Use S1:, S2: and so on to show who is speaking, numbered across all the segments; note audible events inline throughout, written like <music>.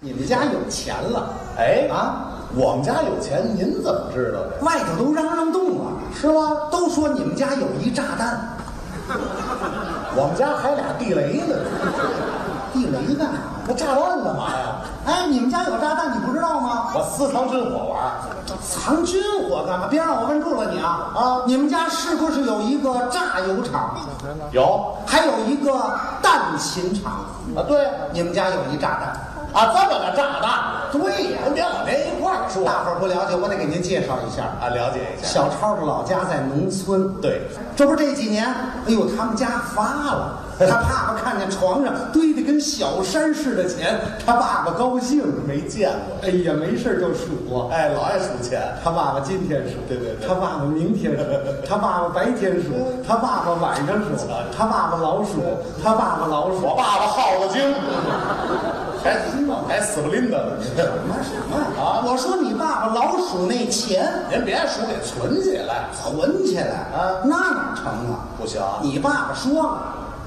S1: 你们家有钱了，
S2: 哎，
S1: 啊，
S2: 我们家有钱，您怎么知道的？
S1: 外头都嚷嚷动了，
S2: 是吗？
S1: 都说你们家有一炸弹，
S2: <laughs> 我们家还有俩地雷呢，
S1: 地雷干啥？
S2: 那炸弹干嘛呀？
S1: 哎，你们家有炸弹，你不知道吗？
S2: 我私藏军火玩儿，
S1: 藏军火干嘛？别让我问住了你啊！
S2: 啊
S1: 你们家是不是有一个榨油厂，
S2: 有
S1: 还有一个弹琴厂？
S2: 啊，对
S1: 你们家有一炸弹？
S2: 啊，这么个炸弹，
S1: 对呀、
S2: 您别老连一块儿说
S1: 大伙儿不了解，我得给您介绍一下。
S2: 啊，了解一下。
S1: 小超的老家在农村，
S2: 对，
S1: 这不这几年，哎呦，他们家发了，他爸爸看见床上堆的跟小山似的钱，他爸爸高兴，
S2: 没见
S1: 哎
S2: 过，
S1: 呀，没事儿就数啊。
S2: 哎，老爱数钱，
S1: 他爸爸今天数，
S2: 对对对
S1: 他爸爸明天数，他爸爸白天数，他爸爸晚上数，他爸爸老数，他爸爸老数。
S2: 我爸爸耗子精，还还死不吝的呢，
S1: 什么什么啊！我说你爸爸老数那钱
S2: 您别数给存起来，
S1: 存起来
S2: 啊
S1: 那哪成啊？
S2: 不行，
S1: 你爸爸说了。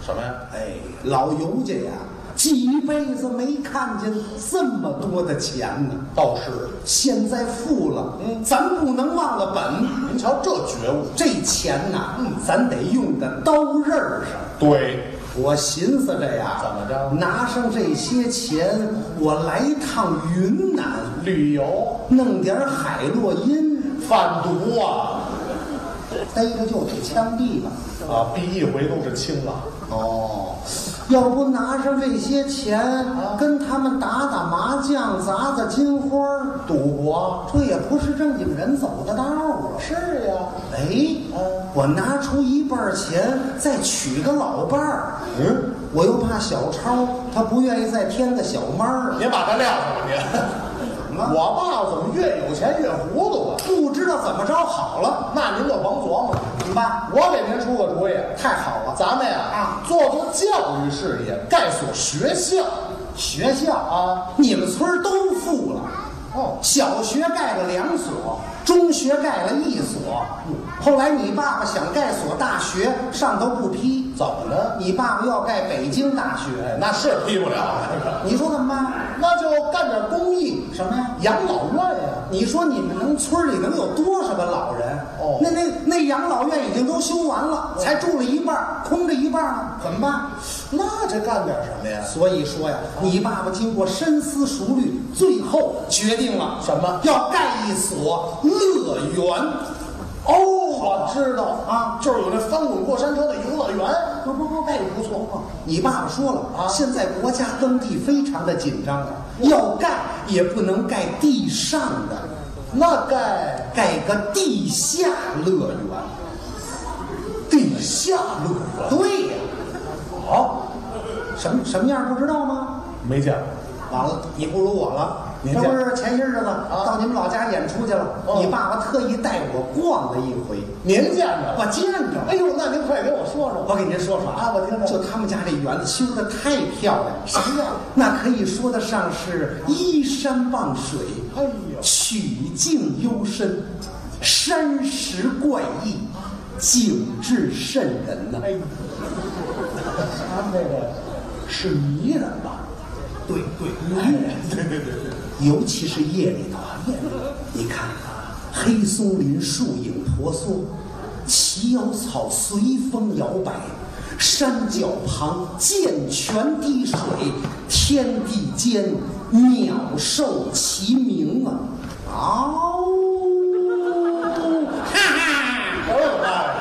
S2: 什么呀？
S1: 哎，老尤家呀，这一辈子没看见这么多的钱呢。
S2: 倒是，
S1: 现在富了，
S2: 嗯
S1: 咱不能忘了本。
S2: 您瞧这觉悟，
S1: 这钱呐，嗯，咱得用在刀刃儿上。
S2: 对，
S1: 我寻思着呀，
S2: 怎么着
S1: 拿上这些钱，我来一趟云南，
S2: 旅游
S1: 弄点海洛因，
S2: 贩毒啊。
S1: 逮着就得枪毙了。
S2: 啊，第一回都是轻了。
S1: 哦，要不拿上这些钱，
S2: 啊
S1: 跟他们打打麻将，砸砸金花儿
S2: 赌博
S1: 这也不是正经人走的道啊！
S2: 是呀，
S1: 哎，
S2: 嗯
S1: 我拿出一半儿钱再娶个老伴儿，
S2: 嗯，
S1: 我又怕小超他不愿意再添个小妈儿，
S2: 您把他撂下吧，您。
S1: 怎么
S2: 我爸爸怎么越有钱越糊涂啊？
S1: 不知道怎么着好了？
S2: 那您就甭琢磨了。
S1: 怎么办？
S2: 我给您出个主意，
S1: 太好了，
S2: 咱们呀
S1: 啊
S2: 做做教育事业，盖所学校。
S1: 学校
S2: 啊，
S1: 你们村儿都富了。
S2: 哦，
S1: 小学盖了两所，中学盖了一所。后来你爸爸想盖所大学，上头不批，
S2: 怎么呢？
S1: 你爸爸要盖北京大学，
S2: 哎，那是批不了，
S1: 你说怎么办？
S2: 那就干点公益，
S1: 什么呀？
S2: 养老院呀。
S1: 你说你们能村里能有多少个老人？
S2: 哦
S1: 那那那养老院已经都修完了，才住了一半儿，空着一半儿呢，怎么办？
S2: 那这干点什么呀？
S1: 所以说呀，你爸爸经过深思熟虑，最后决定了
S2: 什么
S1: 要盖一所乐园。
S2: 哦，我知道
S1: 啊
S2: 就是有那翻滚过山车的游乐园。
S1: 不不不，
S2: 哎，不错啊。
S1: 你爸爸说了
S2: 啊
S1: 现在国家耕地非常的紧张啊，要盖也不能盖地上的，
S2: 那盖
S1: 盖个地下乐园。
S2: 地下乐园
S1: 对呀、
S2: 啊，
S1: 什么什么样不知道吗？
S2: 没见过。
S1: 完了，你不如我了。
S2: 您
S1: 这
S2: 见
S1: 不是前些日子到你们老家演出去了，
S2: 哦
S1: 你爸爸特意带我逛了一回，
S2: 您见着？
S1: 我见着。
S2: 哎呦，那您快给我说说。
S1: 我给您说说啊，
S2: 我听着
S1: 就他们家这园子修的太漂亮了，
S2: 什么呀
S1: 那可以说得上是依山傍水，
S2: 哎呦
S1: 曲径幽深，山石怪异，景致渗人呐、
S2: 哎，他们这个是泥人吧？
S1: 对对，迷人，对对对，尤其是夜里头啊，夜里，你看黑松林树影婆娑，齐腰草随风摇摆，山脚旁涧泉滴水，天地间鸟兽齐鸣啊！嗷、 <laughs> 哈哈，
S2: 哎呦妈呀！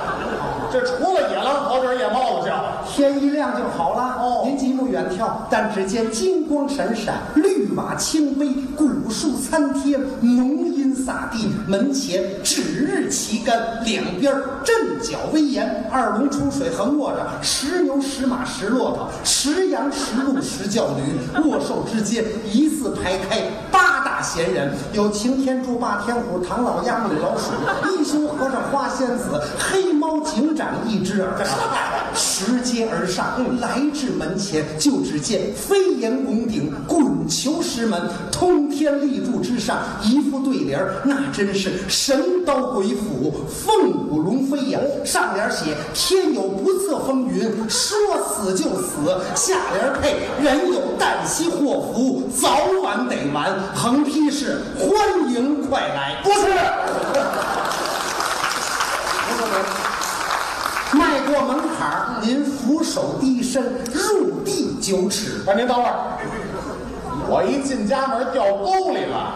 S2: 这除了野狼嚎，这是野猫子叫。
S1: 天一亮就好了。
S2: 哦
S1: 您极目远眺，但只见金光闪闪，绿瓦青微，古树参天，浓荫洒地，门前指日旗杆，两边阵脚威严，二龙出水横卧着，十牛十马十骆驼，十羊十鹿十叫驴，卧兽之间一字排开，八大闲人，有擎天柱、霸天虎、唐老鸭、母老鼠、一休和尚、花仙子、黑猫警长一只耳。拾阶而上，嗯来至门前，就只见飞檐拱顶，滚球石门，通天立柱之上，一副对联儿，那真是神刀鬼斧，凤舞龙飞呀。上联写“天有不测风云，说死就死”，下联配“人有旦夕祸福，早晚碗得完，横批是欢迎快来，
S2: 不是，
S1: 迈过门槛儿，您俯首低身，入地九尺，
S2: 哎，您等会儿，我一进家门掉沟里了，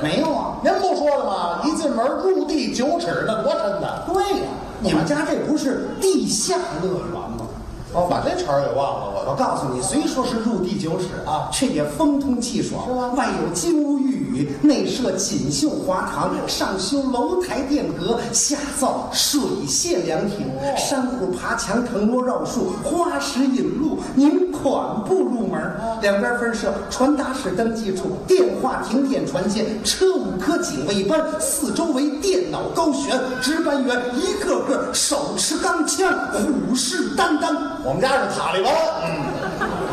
S1: 没有啊？
S2: 您不说的吗？一进门入地九尺，那多深呐！
S1: 对呀、你们家这不是地下乐园吗？
S2: 哦，把这词儿给忘了，我
S1: 我
S2: 都
S1: 告诉你，虽说是入地九尺啊，却也风通气爽，
S2: 是吗
S1: 外有金屋玉宇，内设锦绣华堂，上修楼台殿阁，下造水榭凉亭，
S2: 哦
S1: 山虎爬墙，藤萝绕树，花石引路，您款步入门。
S2: 哦
S1: 两边分设传达室登记处、电话亭点传线、车五科警卫班，四周围电脑高悬，值班员一个个手持钢枪，虎视眈眈。
S2: 我们家是塔利班，嗯，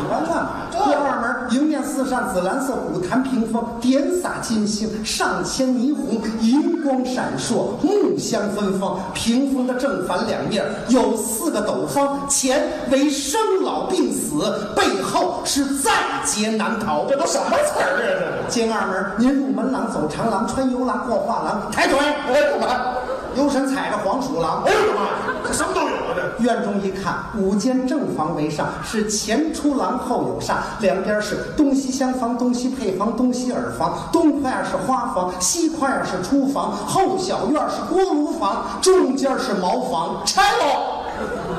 S1: 你观看，第二门迎面四扇紫蓝色古檀屏风，点洒金星，上千霓虹，银光闪烁，木香芬芳。屏风的正反两面有四个斗方，前为生老病死，背后是在劫难逃。
S2: 这都什么词儿啊？
S1: 进二门，您入门廊，走长廊，穿游廊，过画廊，抬腿，
S2: 这是，我干嘛？
S1: 游神踩着黄鼠狼
S2: 哎。呦我的妈，这什么都有啊！这
S1: 院中一看，五间正房为上，是前出廊后有煞，两边是东西厢房、东西配房、东西耳房，东块儿是花房，西块儿是厨房，后小院儿是锅炉房，中间儿是茅房，拆喽。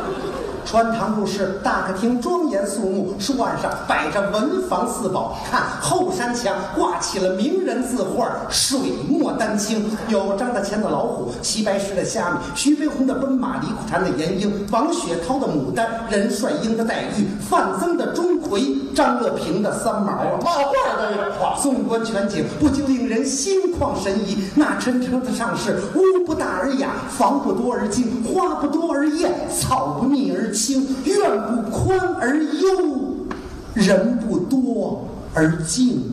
S1: 穿堂入室，大客厅庄严肃穆，书案上摆着文房四宝。看后山墙挂起了名人字画，水墨丹青，有张大千的老虎，齐白石的虾米，徐悲鸿的奔马，李苦禅的闫英，王雪涛的牡丹，任帅英的黛玉，范增的钟馗，张乐平的三毛啊。
S2: 漫画都有画，
S1: 纵观全景，不禁令人心旷神怡。那真称得上是屋不大而雅，房不多而精，花不多而艳，草不密而青，院不宽而幽，人不多而静。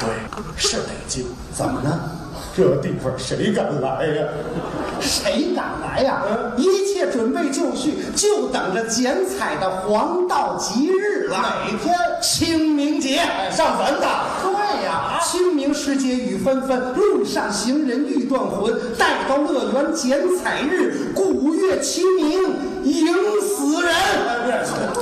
S2: 对，是得进。
S1: 怎么呢？
S2: 这地方谁敢来呀、
S1: 谁敢来呀、一切准备就绪，就等着剪彩的黄道吉日了。哪天？清明节。
S2: 哎，上坟的，
S1: 对呀、清明时节雨纷纷，路上行人欲断魂。待到乐园剪彩日，鼓乐齐鸣，迎死人。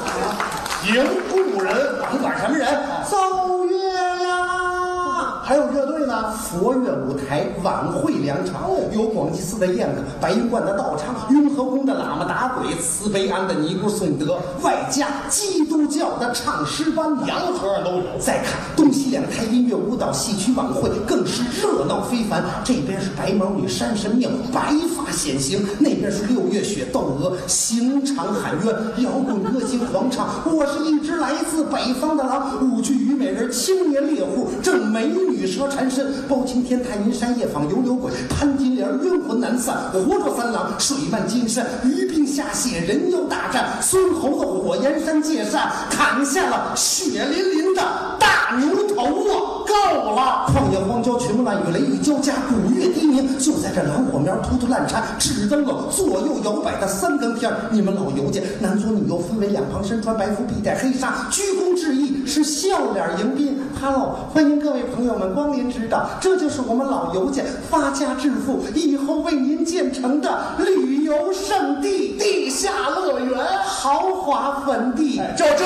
S2: 迎故人，
S1: 甭管什么人，奏乐呀！还有乐队呢，佛乐舞台、晚会两场，有广济寺的燕子、白云观的道场、雍和宫的喇嘛打鬼、慈悲庵的尼姑颂德，外加基督教的唱诗班呢。
S2: 洋和尚都有。
S1: 再看东西两台音乐、舞蹈、戏曲晚会，更是热闹非凡。这边是白毛女、山神庙，白发显形；那边是六月雪、窦娥，刑场喊冤，摇滚歌星狂唱。我是一只来自北方的狼，舞剧虞美人，青年猎户，正美女蛇缠身，包青天、太阴山、夜访游柳鬼，潘金莲冤魂难散，活捉三郎，水漫金山，于冰下泄，人妖大战，孙猴子火焰山借扇砍下了血淋淋的大牛头啊！够了！旷野荒郊，群木乱雨，雷雨交加，鼓乐低鸣。就在这老火苗突突烂柴，纸灯笼左右摇摆的三更天儿，你们老尤家男左女右分为两旁，身穿白服，必带黑纱，鞠躬致意，是笑脸迎宾。Hello，欢迎各位朋友们光临指导，这就是我们老尤家发家致富，以后为您建成的旅游胜地——地下乐园，豪华粉地。
S2: 就这